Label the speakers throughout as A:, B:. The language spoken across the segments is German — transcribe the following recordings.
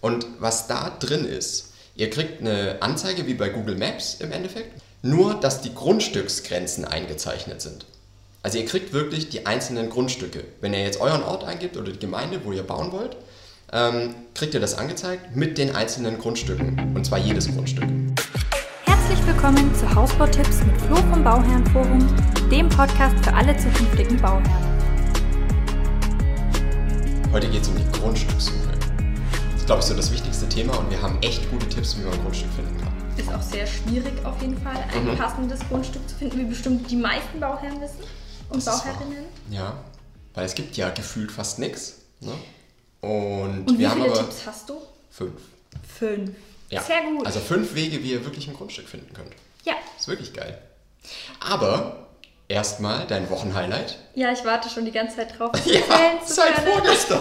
A: Und was da drin ist, ihr kriegt eine Anzeige wie bei Google Maps im Endeffekt, nur dass die Grundstücksgrenzen eingezeichnet sind. Also ihr kriegt wirklich die einzelnen Grundstücke. Wenn ihr jetzt euren Ort eingibt oder die Gemeinde, wo ihr bauen wollt, ähm, kriegt ihr das angezeigt mit den einzelnen Grundstücken. Und zwar jedes Grundstück.
B: Herzlich willkommen zu Hausbautipps mit Flo vom Bauherrenforum, dem Podcast für alle zukünftigen Bauherren.
A: Heute geht es um die Grundstückssuche. Das glaube ich, so das wichtigste Thema und wir haben echt gute Tipps, wie man ein Grundstück finden kann.
C: Ist auch sehr schwierig auf jeden Fall, ein
A: Mhm.
C: passendes Grundstück zu finden, wie bestimmt die meisten Bauherren wissen und
A: Das ist wahr.
C: Bauherrinnen.
A: Ja, weil es gibt ja gefühlt fast nichts. Ne? Und,
C: Und wie
A: wir haben
C: viele
A: aber
C: Tipps hast du?
A: fünf.
C: Fünf.
A: Ja.
C: Sehr gut.
A: Also fünf Wege, wie ihr wirklich ein Grundstück finden könnt.
C: ja.
A: Ist wirklich geil. Aber erstmal dein Wochenhighlight.
C: ja, ich warte schon die ganze Zeit drauf, es erzählen
A: Ja,
C: zu
A: seit
C: können.
A: vorgestern.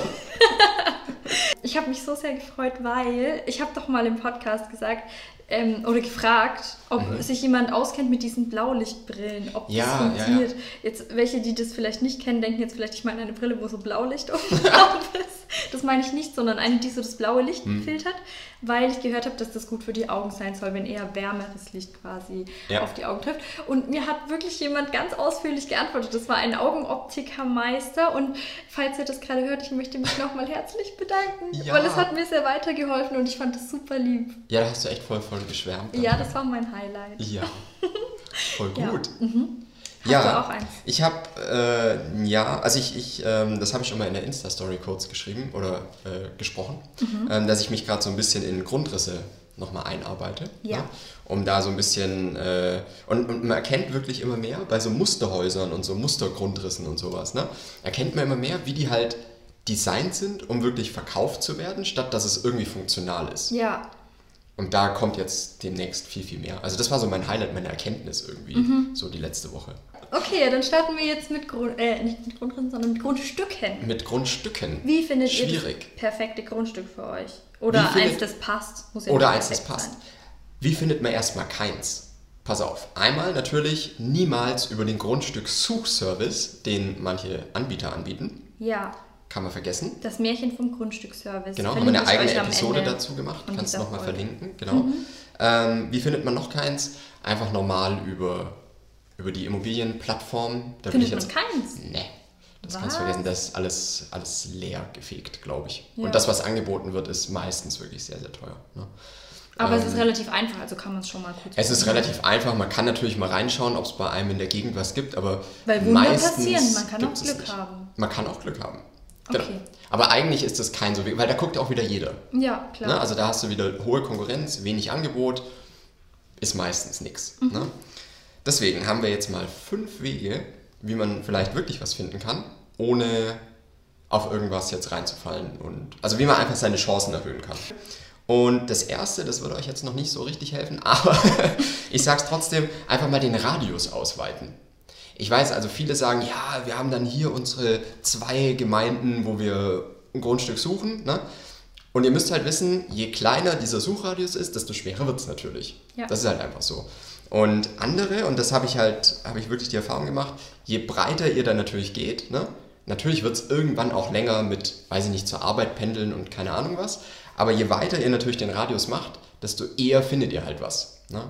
C: Ich habe mich so sehr gefreut, weil ich habe doch mal im Podcast gesagt ähm, oder gefragt, ob sich jemand auskennt mit diesen Blaulichtbrillen, ob
A: Mhm. Ja, ja, ja.
C: das funktioniert. Jetzt welche, die das vielleicht nicht kennen, denken jetzt vielleicht, ich meine eine Brille, wo so Blaulicht oben drauf ist. Das meine ich nicht, sondern eine, die so das blaue Licht
A: Mhm.
C: filtert, weil ich gehört habe, dass das gut für die Augen sein soll, wenn eher wärmeres Licht quasi
A: Ja.
C: auf die Augen trifft. Und mir hat wirklich jemand ganz ausführlich geantwortet. Das war ein Augenoptikermeister. Und falls ihr das gerade hört, ich möchte mich nochmal herzlich bedanken.
A: Ja.
C: Weil es hat mir sehr weitergeholfen und ich fand es super lieb.
A: Ja, da hast du echt voll voll geschwärmt.
C: Ja, das war mein Highlight.
A: Ja. Voll
C: Ja. Mhm.
A: gut.
C: Hast du auch eins?
A: Ich habe, äh, ja, also ich, ich ähm, das habe ich schon mal in der Insta-Story kurz geschrieben oder äh, gesprochen,
C: Mhm.
A: ähm, dass ich mich gerade so ein bisschen in Grundrisse nochmal einarbeite.
C: Ja.
A: Ne? Um da so ein bisschen, äh, und, und man erkennt wirklich immer mehr bei so Musterhäusern und so Mustergrundrissen und sowas, ne? erkennt man immer mehr, wie die halt designt sind, um wirklich verkauft zu werden, statt dass es irgendwie funktional ist.
C: Ja,
A: Und da kommt jetzt demnächst viel, viel mehr. Also das war so mein Highlight, meine Erkenntnis irgendwie,
C: Mhm.
A: so die letzte Woche.
C: okay, dann starten wir jetzt mit Grund, äh, nicht mit Grundrissen, sondern mit Grundstücken.
A: Mit Grundstücken.
C: Wie findet ihr
A: Schwierig.
C: das perfekte Grundstück für euch? Oder
A: Wie findet-
C: eins, das passt? Muss ja
A: Oder
C: nicht
A: eins, das
C: perfekt
A: passt.
C: sein.
A: Wie findet man erstmal keins? Pass auf. Einmal natürlich niemals über den Grundstückssuchservice, den manche Anbieter anbieten.
C: Ja,
A: Kann man vergessen.
C: das Märchen vom Grundstücksservice.
A: Genau, haben wir
C: Verlinke
A: eine
C: ich
A: eigene
C: euch am
A: Episode
C: Ende
A: dazu gemacht.
C: von
A: Kannst du
C: dieser
A: nochmal
C: Folge. Mhm.
A: verlinken. Genau. Ähm, wie findet man noch keins? Einfach normal über, über die Immobilienplattform. Da
C: Findet
A: will
C: man
A: ich jetzt-
C: keins?
A: Nee. Das
C: Was?
A: kannst du vergessen, das ist alles, alles leer gefegt, glaube ich.
C: Ja.
A: Und das, was angeboten wird, ist meistens wirklich sehr, sehr teuer. Ne?
C: Aber es ist relativ einfach, also kann man es schon mal gut
A: Ähm, Es ist
C: finden.
A: relativ einfach, man kann natürlich mal reinschauen, ob es bei einem in der Gegend was gibt, aber
C: Weil Wunder
A: meistens
C: passieren, man kann auch
A: gibt's es
C: Glück
A: nicht.
C: haben.
A: Man kann auch Glück haben.
C: Okay.
A: Genau. Aber eigentlich ist das kein so, weil da guckt auch wieder jeder.
C: Ja, klar.
A: Ne? Also da hast du wieder hohe Konkurrenz, wenig Angebot, ist meistens nichts. Ne? Deswegen haben wir jetzt mal fünf Wege, wie man vielleicht wirklich was finden kann, ohne auf irgendwas jetzt reinzufallen und also wie man einfach seine Chancen erhöhen kann. Und das erste, das würde euch jetzt noch nicht so richtig helfen, aber ich sag's trotzdem, einfach mal den Radius ausweiten. Ich weiß, also viele sagen, ja, wir haben dann hier unsere zwei Gemeinden, wo wir ein Grundstück suchen. Ne? Und ihr müsst halt wissen, je kleiner dieser Suchradius ist, desto schwerer wird es natürlich.
C: Ja.
A: Das ist halt einfach so. Und andere, und das habe ich halt, habe ich wirklich die Erfahrung gemacht, je breiter ihr dann natürlich geht, ne, natürlich wird es irgendwann auch länger mit, weiß ich nicht, zur Arbeit pendeln und keine Ahnung was. Aber je weiter ihr natürlich den Radius macht, desto eher findet ihr halt was. Ne?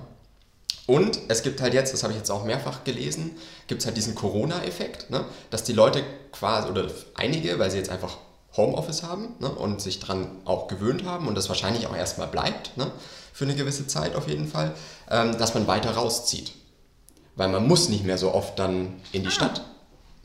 A: Und es gibt halt jetzt, das habe ich jetzt auch mehrfach gelesen, gibt es halt diesen Corona-Effekt, ne? dass die Leute quasi, oder einige, weil sie jetzt einfach Homeoffice haben ne? und sich dran auch gewöhnt haben und das wahrscheinlich auch erstmal bleibt, ne? für eine gewisse Zeit auf jeden Fall, ähm, dass man weiter rauszieht. Weil man muss nicht mehr so oft dann in die Stadt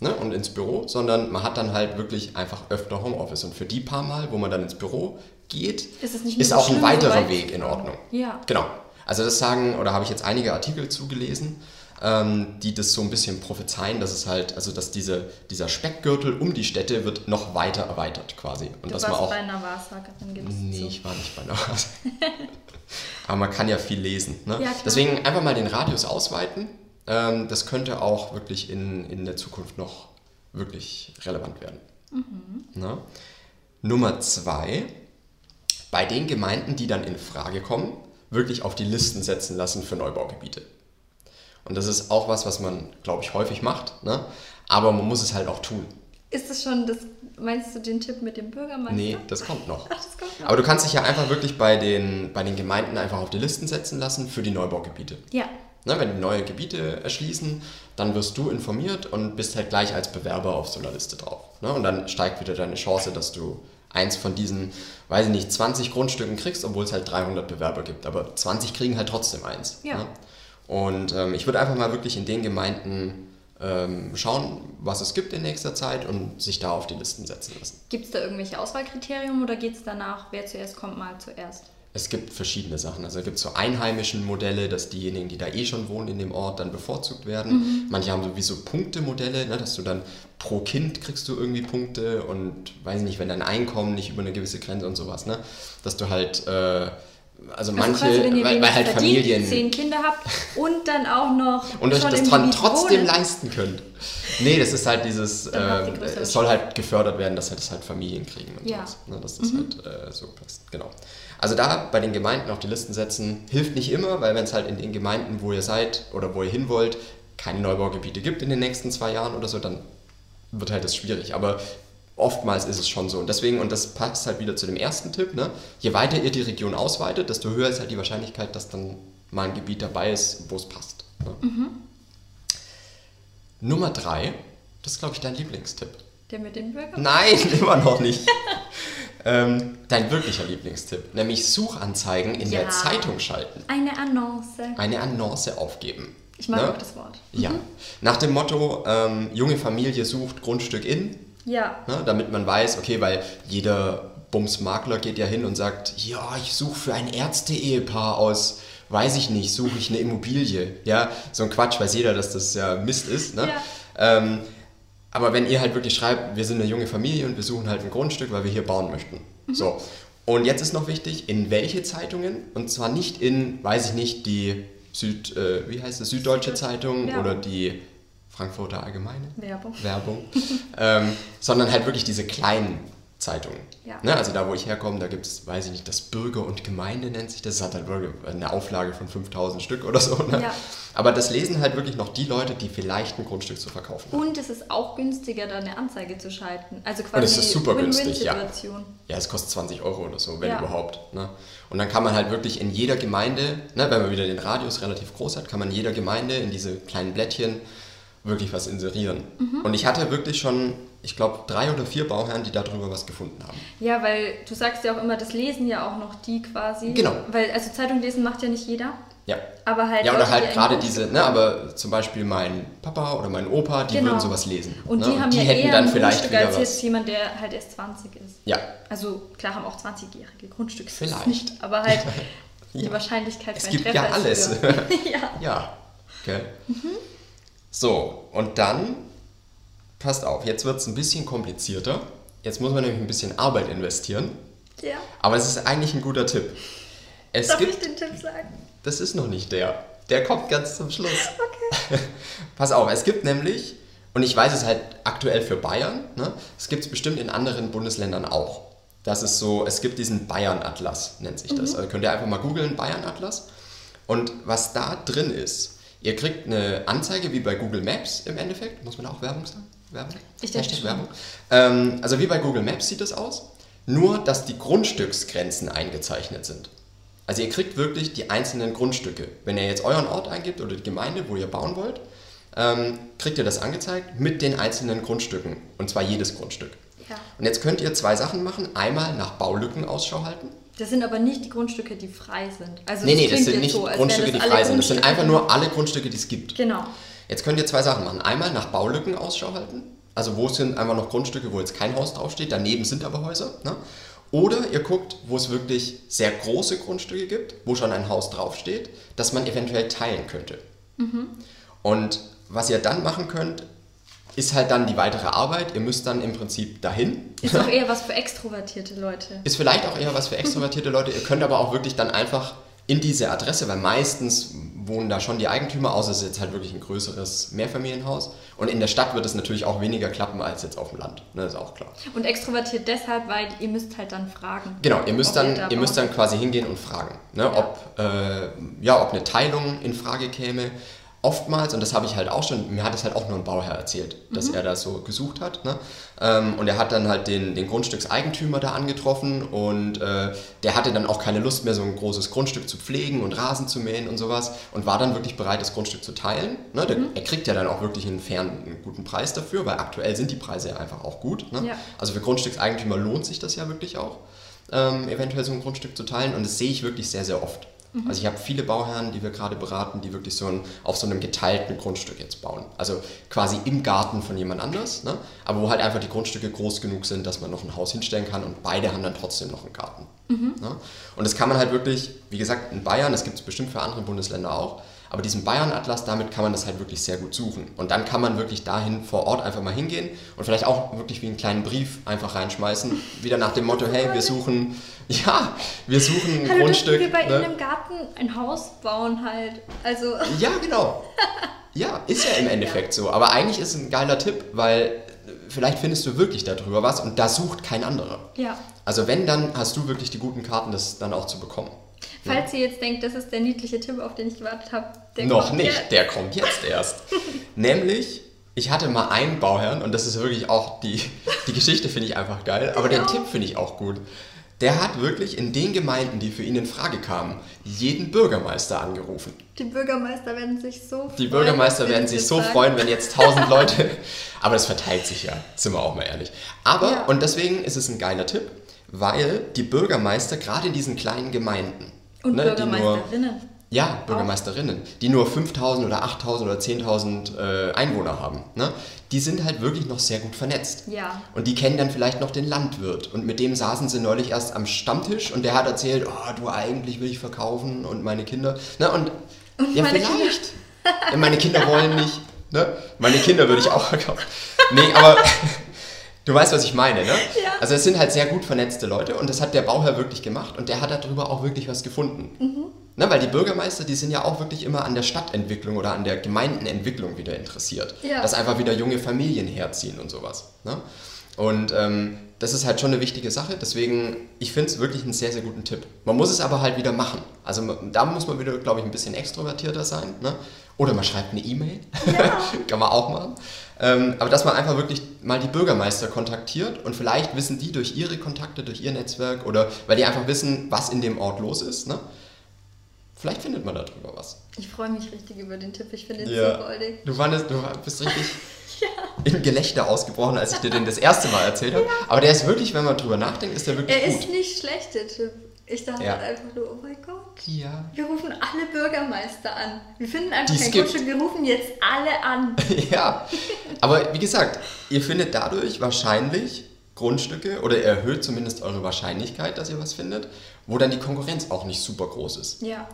A: ne? und ins Büro, sondern man hat dann halt wirklich einfach öfter Homeoffice. Und für die paar Mal, wo man dann ins Büro geht,
C: Ist es nicht mehr
A: ist
C: so
A: auch ein
C: schlimm, so
A: weiterer
C: weit zu
A: Weg in
C: fahren.
A: Ordnung.
C: Ja.
A: Genau. Also das sagen, oder habe ich jetzt einige Artikel zugelesen, ähm, die das so ein bisschen prophezeien, dass es halt, also dass diese, dieser Speckgürtel um die Städte wird noch weiter erweitert quasi. Und
C: Du
A: dass
C: warst
A: man auch.
C: bei einer Wahrsagerin, gibst du
A: Nee,
C: zu.
A: ich war nicht bei einer Hase. Aber man kann ja viel lesen. Ne?
C: klar.
A: Deswegen einfach mal den Radius ausweiten. Ähm, das könnte auch wirklich in, in der Zukunft noch wirklich relevant werden. Ne? Nummer zwei, bei den Gemeinden, die dann in Frage kommen, wirklich auf die Listen setzen lassen für Neubaugebiete. Und das ist auch was, was man, glaube ich, häufig macht. Ne? Aber man muss es halt auch tun.
C: Ist das schon das, meinst du den Tipp mit dem Bürgermeister?
A: Nee, das kommt noch.
C: Ach, das kommt noch.
A: Aber du kannst dich ja einfach wirklich bei den, bei den Gemeinden einfach auf die Listen setzen lassen für die Neubaugebiete.
C: ja,
A: Ne, wenn die neue Gebiete erschließen, dann wirst du informiert und bist halt gleich als Bewerber auf so einer Liste drauf. Ne? Und dann steigt wieder deine Chance, dass du eins von diesen, weiß ich nicht, 20 Grundstücken kriegst, obwohl es halt 300 Bewerber gibt. Aber 20 kriegen halt trotzdem eins.
C: Ja.
A: Ne? Und ähm, ich würde einfach mal wirklich in den Gemeinden ähm, schauen, was es gibt in nächster Zeit und sich da auf die Listen setzen lassen.
C: Gibt es da irgendwelche Auswahlkriterien oder geht es danach, wer zuerst kommt, mal zuerst?
A: Es gibt verschiedene Sachen. Also es gibt so einheimischen Modelle, dass diejenigen, die da eh schon wohnen in dem Ort, dann bevorzugt
C: Mhm.
A: werden. Manche haben sowieso Punktemodelle, ne, dass du dann pro Kind kriegst du irgendwie Punkte und weiß nicht, wenn dein Einkommen nicht über eine gewisse Grenze und sowas, ne? Dass du halt, äh, also, manche,
C: quasi, wenn ihr
A: weil, weil
C: wenig
A: halt
C: verdient,
A: Familien
C: zehn Kinder habt und dann auch noch
A: und euch
C: schon
A: das
C: im
A: dran
C: Gebiet
A: trotzdem
C: wohnen.
A: leisten könnt. Nee, das ist halt dieses,
C: Dann habt ihr
A: ähm,
C: größere
A: es soll halt gefördert werden, dass halt das halt Familien kriegen und
C: Ja.
A: sowas. Ne, dass das halt äh, so passt. Genau. Also da bei den Gemeinden auf die Listen setzen, hilft nicht immer, weil wenn es halt in den Gemeinden, wo ihr seid oder wo ihr hin wollt, keine Neubaugebiete gibt in den nächsten zwei Jahren oder so, dann wird halt das schwierig. Aber oftmals ist es schon so. Und deswegen, und das passt halt wieder zu dem ersten Tipp, ne? je weiter ihr die Region ausweitet, desto höher ist halt die Wahrscheinlichkeit, dass dann mal ein Gebiet dabei ist, wo es passt. Ne? Nummer drei, das ist, glaube ich, dein Lieblingstipp.
C: Der mit dem Bürger.
A: Nein, immer noch nicht. ähm, dein wirklicher Lieblingstipp, nämlich Suchanzeigen in
C: Ja.
A: der Zeitung schalten.
C: Eine Annonce.
A: Eine Annonce aufgeben.
C: Ich mag
A: ne?
C: auch das Mhm. Wort.
A: Ja. Nach dem Motto, ähm, junge Familie sucht Grundstück in,
C: Ja.
A: ne, damit man weiß, okay, weil jeder Bumsmakler geht ja hin und sagt, ja, ich suche für ein Ärzte-Ehepaar aus, weiß ich nicht, suche ich eine Immobilie. Ja, so ein Quatsch, weiß jeder, dass das ja Mist ist. Ne? Ähm, aber wenn ihr halt wirklich schreibt, wir sind eine junge Familie und wir suchen halt ein Grundstück, weil wir hier bauen möchten.
C: Mhm.
A: So. Und jetzt ist noch wichtig, in welche Zeitungen? Und zwar nicht in, weiß ich nicht, die Süd, äh, wie heißt es, Süddeutsche Zeitung
C: Ja.
A: oder die Frankfurter Allgemeine.
C: Werbung.
A: Werbung. ähm, sondern halt wirklich diese kleinen Zeitungen.
C: Ja.
A: Ne? Also da, wo ich herkomme, da gibt es, weiß ich nicht, das Bürger und Gemeinde nennt sich das. Das hat halt wirklich eine Auflage von 5000 Stück oder so. Ne?
C: Ja.
A: Aber das lesen halt wirklich noch die Leute, die vielleicht ein Grundstück zu verkaufen haben.
C: Und es ist auch günstiger, da eine Anzeige zu schalten. Also quasi
A: es ist super günstig, ja.
C: Win-Win-Situation.
A: Ja, es kostet 20 Euro oder so, wenn
C: Ja.
A: überhaupt. Ne? Und dann kann man halt wirklich in jeder Gemeinde, ne, wenn man wieder den Radius relativ groß hat, kann man in jeder Gemeinde in diese kleinen Blättchen wirklich was inserieren.
C: Mhm.
A: Und ich hatte wirklich schon, ich glaube, drei oder vier Bauherren, die darüber was gefunden haben.
C: Ja. weil du sagst ja auch immer, das lesen ja auch noch die quasi.
A: Genau.
C: Weil, also Zeitung lesen macht ja nicht jeder.
A: Ja.
C: Aber halt.
A: ja, oder
C: Leute, die
A: halt
C: einen
A: gerade
C: Grund-
A: diese, ne, aber zum Beispiel mein Papa oder mein Opa, die
C: Genau.
A: würden sowas lesen.
C: Und
A: ne?
C: die haben ja eher ein Grundstück als
A: was.
C: jetzt jemand, der halt erst 20 ist.
A: Ja,
C: Also klar haben auch 20-jährige Grundstücke.
A: Vielleicht.
C: Nicht, aber halt die
A: Ja.
C: Wahrscheinlichkeit
A: Es
C: für
A: gibt
C: einen
A: ja
C: Treffer
A: alles.
C: ist höher. ja.
A: Ja, gell?
C: Mhm.
A: So, und dann, passt auf, jetzt wird es ein bisschen komplizierter. Jetzt muss man nämlich ein bisschen Arbeit investieren.
C: ja.
A: Aber es ist eigentlich ein guter Tipp. Es
C: Darf ich
A: gibt,
C: den Tipp sagen?
A: das ist noch nicht der. Der kommt ganz zum Schluss. Okay. Pass auf, es gibt nämlich, und ich weiß es halt aktuell für Bayern, ne, es gibt es bestimmt in anderen Bundesländern auch. Das ist so, es gibt diesen Bayern-Atlas, nennt sich
C: Mhm.
A: das. Also könnt ihr einfach mal googeln, Bayern-Atlas. Und was da drin ist, ihr kriegt eine Anzeige wie bei Google Maps im Endeffekt. Muss man da auch Werbung sagen? Werbung?
C: Ich denke
A: Hashtag
C: schon.
A: Werbung. Ähm, also wie bei Google Maps sieht das aus, nur dass die Grundstücksgrenzen eingezeichnet sind. Also ihr kriegt wirklich die einzelnen Grundstücke. Wenn ihr jetzt euren Ort eingibt oder die Gemeinde, wo ihr bauen wollt, ähm, kriegt ihr das angezeigt mit den einzelnen Grundstücken. Und zwar jedes Grundstück.
C: Ja.
A: Und jetzt könnt ihr zwei Sachen machen. Einmal nach Baulücken Ausschau halten.
C: Das sind aber nicht die Grundstücke, die frei sind. Also
A: nee, nee, das
C: klingt
A: sind
C: jetzt
A: nicht
C: so, als wären
A: Grundstücke, die
C: das alle
A: frei sind. Das sind
C: Grundstücke.
A: einfach nur alle Grundstücke, die es gibt.
C: Genau.
A: Jetzt könnt ihr zwei Sachen machen. Einmal nach Baulücken Ausschau halten. Also wo sind einfach noch Grundstücke, wo jetzt kein Haus draufsteht, daneben sind aber Häuser. Ne? Oder ihr guckt, wo es wirklich sehr große Grundstücke gibt, wo schon ein Haus draufsteht, das man eventuell teilen könnte. Und was ihr dann machen könnt, ist halt dann die weitere Arbeit. Ihr müsst dann im Prinzip dahin.
C: Ist auch eher was für extrovertierte Leute.
A: Ist vielleicht auch eher was für extrovertierte Leute. Ihr könnt aber auch wirklich dann einfach in diese Adresse, weil meistens wohnen da schon die Eigentümer, außer es ist jetzt halt wirklich ein größeres Mehrfamilienhaus. Und in der Stadt wird es natürlich auch weniger klappen als jetzt auf dem Land. Ne, ist auch klar.
C: Und extrovertiert deshalb, weil ihr müsst halt dann fragen.
A: Genau, ihr müsst
C: ob
A: dann,
C: da
A: ihr müsst
C: baut.
A: dann quasi hingehen und fragen, ne, ob, äh, ja, ob eine Teilung in Frage käme, oftmals, und das habe ich halt auch schon, mir hat es halt auch nur ein Bauherr erzählt,
C: Mhm.
A: dass er das so gesucht hat. Ne? Ähm, und er hat dann halt den, den Grundstückseigentümer da angetroffen und äh, der hatte dann auch keine Lust mehr, so ein großes Grundstück zu pflegen und Rasen zu mähen und sowas und war dann wirklich bereit, das Grundstück zu teilen. Ne? Der,
C: Mhm.
A: Er kriegt ja dann auch wirklich einen fairen, einen guten Preis dafür, weil aktuell sind die Preise ja einfach auch gut. Ne?
C: Ja.
A: Also für Grundstückseigentümer lohnt sich das ja wirklich auch, ähm, eventuell so ein Grundstück zu teilen. Und das sehe ich wirklich sehr, sehr oft. Also ich habe viele Bauherren, die wir gerade beraten, die wirklich so ein, auf so einem geteilten Grundstück jetzt bauen. Also quasi im Garten von jemand anders, ne? aber wo halt einfach die Grundstücke groß genug sind, dass man noch ein Haus hinstellen kann und beide haben dann trotzdem noch einen Garten. Ne? Und das kann man halt wirklich, wie gesagt, in Bayern, das gibt es bestimmt für andere Bundesländer auch, aber diesen Bayern-Atlas, damit kann man das halt wirklich sehr gut suchen. Und dann kann man wirklich dahin vor Ort einfach mal hingehen und vielleicht auch wirklich wie einen kleinen Brief einfach reinschmeißen. Wieder nach dem Motto, hey, wir suchen, ja, wir suchen ein
C: Hallo,
A: Grundstück.
C: dürfen wir bei
A: ne?
C: Ihnen im Garten ein Haus bauen halt. Also,
A: Ja, genau. Ja, ist ja im Endeffekt so. Aber eigentlich ist es ein geiler Tipp, weil vielleicht findest du wirklich darüber was und da sucht kein anderer.
C: ja.
A: Also wenn, dann hast du wirklich die guten Karten, das dann auch zu bekommen.
C: Falls ihr jetzt denkt, das ist der niedliche Tipp, auf den ich gewartet habe. der
A: Noch
C: kommt
A: nicht,
C: jetzt.
A: der kommt jetzt erst. Nämlich, ich hatte mal einen Bauherrn und das ist wirklich auch die, die Geschichte finde ich einfach geil, aber den
C: Genau.
A: Tipp finde ich auch gut. Der hat wirklich in den Gemeinden, die für ihn in Frage kamen, jeden Bürgermeister angerufen.
C: Die Bürgermeister werden sich so freuen.
A: Die Bürgermeister
C: wenn
A: werden
C: sie
A: sich
C: das
A: so
C: sagen.
A: freuen, wenn jetzt tausend Leute. Aber das verteilt sich ja, sind wir auch mal ehrlich. Aber,
C: Ja.
A: und deswegen ist es ein geiler Tipp, weil die Bürgermeister gerade in diesen kleinen Gemeinden.
C: Und
A: ne, die nur,
C: Bürgermeisterinnen.
A: ja, Bürgermeisterinnen, die nur 5000 oder 8000 oder 10.000 äh, Einwohner haben, ne, die sind halt wirklich noch sehr gut vernetzt.
C: Ja.
A: Und die kennen dann vielleicht noch den Landwirt. Und mit dem saßen sie neulich erst am Stammtisch und der hat erzählt, oh, du eigentlich will ich verkaufen und meine Kinder. Ne, und, ja,
C: meine Kinder.
A: vielleicht. Ja, meine Kinder wollen nicht. Ne? Meine Kinder würde ich auch verkaufen. Nee, aber du weißt, was ich meine, ne?
C: Ja.
A: Also es sind halt sehr gut vernetzte Leute und das hat der Bauherr wirklich gemacht und der hat darüber auch wirklich was gefunden.
C: Mhm.
A: Ne, weil die Bürgermeister, die sind ja auch wirklich immer an der Stadtentwicklung oder an der Gemeindenentwicklung wieder interessiert.
C: Ja.
A: Dass einfach wieder junge Familien herziehen und sowas. Ne? Und ähm, das ist halt schon eine wichtige Sache. Deswegen, ich finde es wirklich einen sehr, sehr guten Tipp. Man muss es aber halt wieder machen. Also man- da muss man wieder, glaube ich, ein bisschen extrovertierter sein. Ne? Oder man schreibt eine E-Mail. Kann man auch machen. Ähm, aber dass man einfach wirklich mal die Bürgermeister kontaktiert und vielleicht wissen die durch ihre Kontakte, durch ihr Netzwerk oder weil die einfach wissen, was in dem Ort los ist. Ne? Vielleicht findet man darüber was.
C: Ich freue mich richtig über den Tipp. Ich finde ihn so goldig.
A: Du, warnest, du bist richtig im Gelächter ausgebrochen, als ich dir den das erste Mal erzählt habe. Aber der ist wirklich, wenn man drüber nachdenkt, ist der wirklich
C: Er
A: gut.
C: ist nicht schlecht, der Tipp. Ich dachte
A: Ja.
C: halt einfach nur, oh mein Gott.
A: ja.
C: Wir rufen alle Bürgermeister an. Wir finden einfach
A: Die's
C: kein
A: gibt.
C: Grundstück. Wir rufen jetzt alle an.
A: ja. Aber wie gesagt, ihr findet dadurch wahrscheinlich Grundstücke oder ihr erhöht zumindest eure Wahrscheinlichkeit, dass ihr was findet, wo dann die Konkurrenz auch nicht super groß ist.
C: Ja.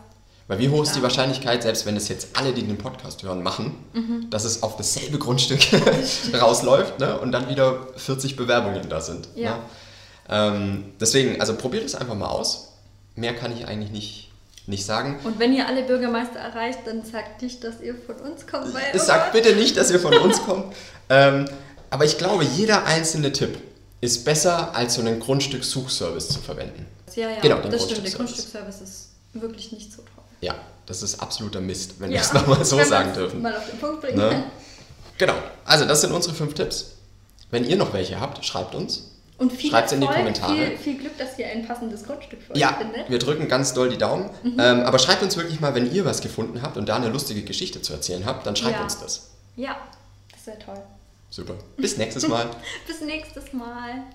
A: Weil wie hoch ist die Wahrscheinlichkeit, selbst wenn es jetzt alle, die den Podcast hören, machen,
C: Mhm.
A: dass es auf dasselbe Grundstück rausläuft ne? und dann wieder 40 Bewerbungen da sind.
C: Ja.
A: Ne? Ähm, deswegen, also probiert es einfach mal aus. Mehr kann ich eigentlich nicht, nicht sagen.
C: Und wenn ihr alle Bürgermeister erreicht, dann sagt nicht, dass ihr von uns kommt. Weil, oh
A: Es sagt bitte nicht, dass ihr von uns kommt. Ähm, aber ich glaube, jeder einzelne Tipp ist besser, als so einen Grundstückssuchservice zu verwenden.
C: Ja, ja,
A: Genau,
C: genau,
A: den
C: das stimmt. Der
A: Grundstücksservice.
C: Grundstücksservice ist wirklich nicht so toll.
A: Ja, das ist absoluter Mist, wenn wir
C: Ja,
A: es nochmal so
C: wenn
A: sagen
C: man's
A: dürfen.
C: Mal auf den Punkt bringen.
A: Ne? Genau. Also, das sind unsere fünf Tipps. Wenn ihr noch welche habt, schreibt uns.
C: Und viel
A: Schreibt's in die
C: Erfolg,
A: Kommentare.
C: Viel, viel Glück, dass ihr ein passendes Grundstück für
A: Ja,
C: euch findet.
A: wir drücken ganz doll die Daumen. Ähm, aber schreibt uns wirklich mal, wenn ihr was gefunden habt und da eine lustige Geschichte zu erzählen habt, dann schreibt
C: Ja.
A: uns das.
C: Ja, das wäre toll.
A: Super. Bis nächstes Mal.
C: Bis nächstes Mal.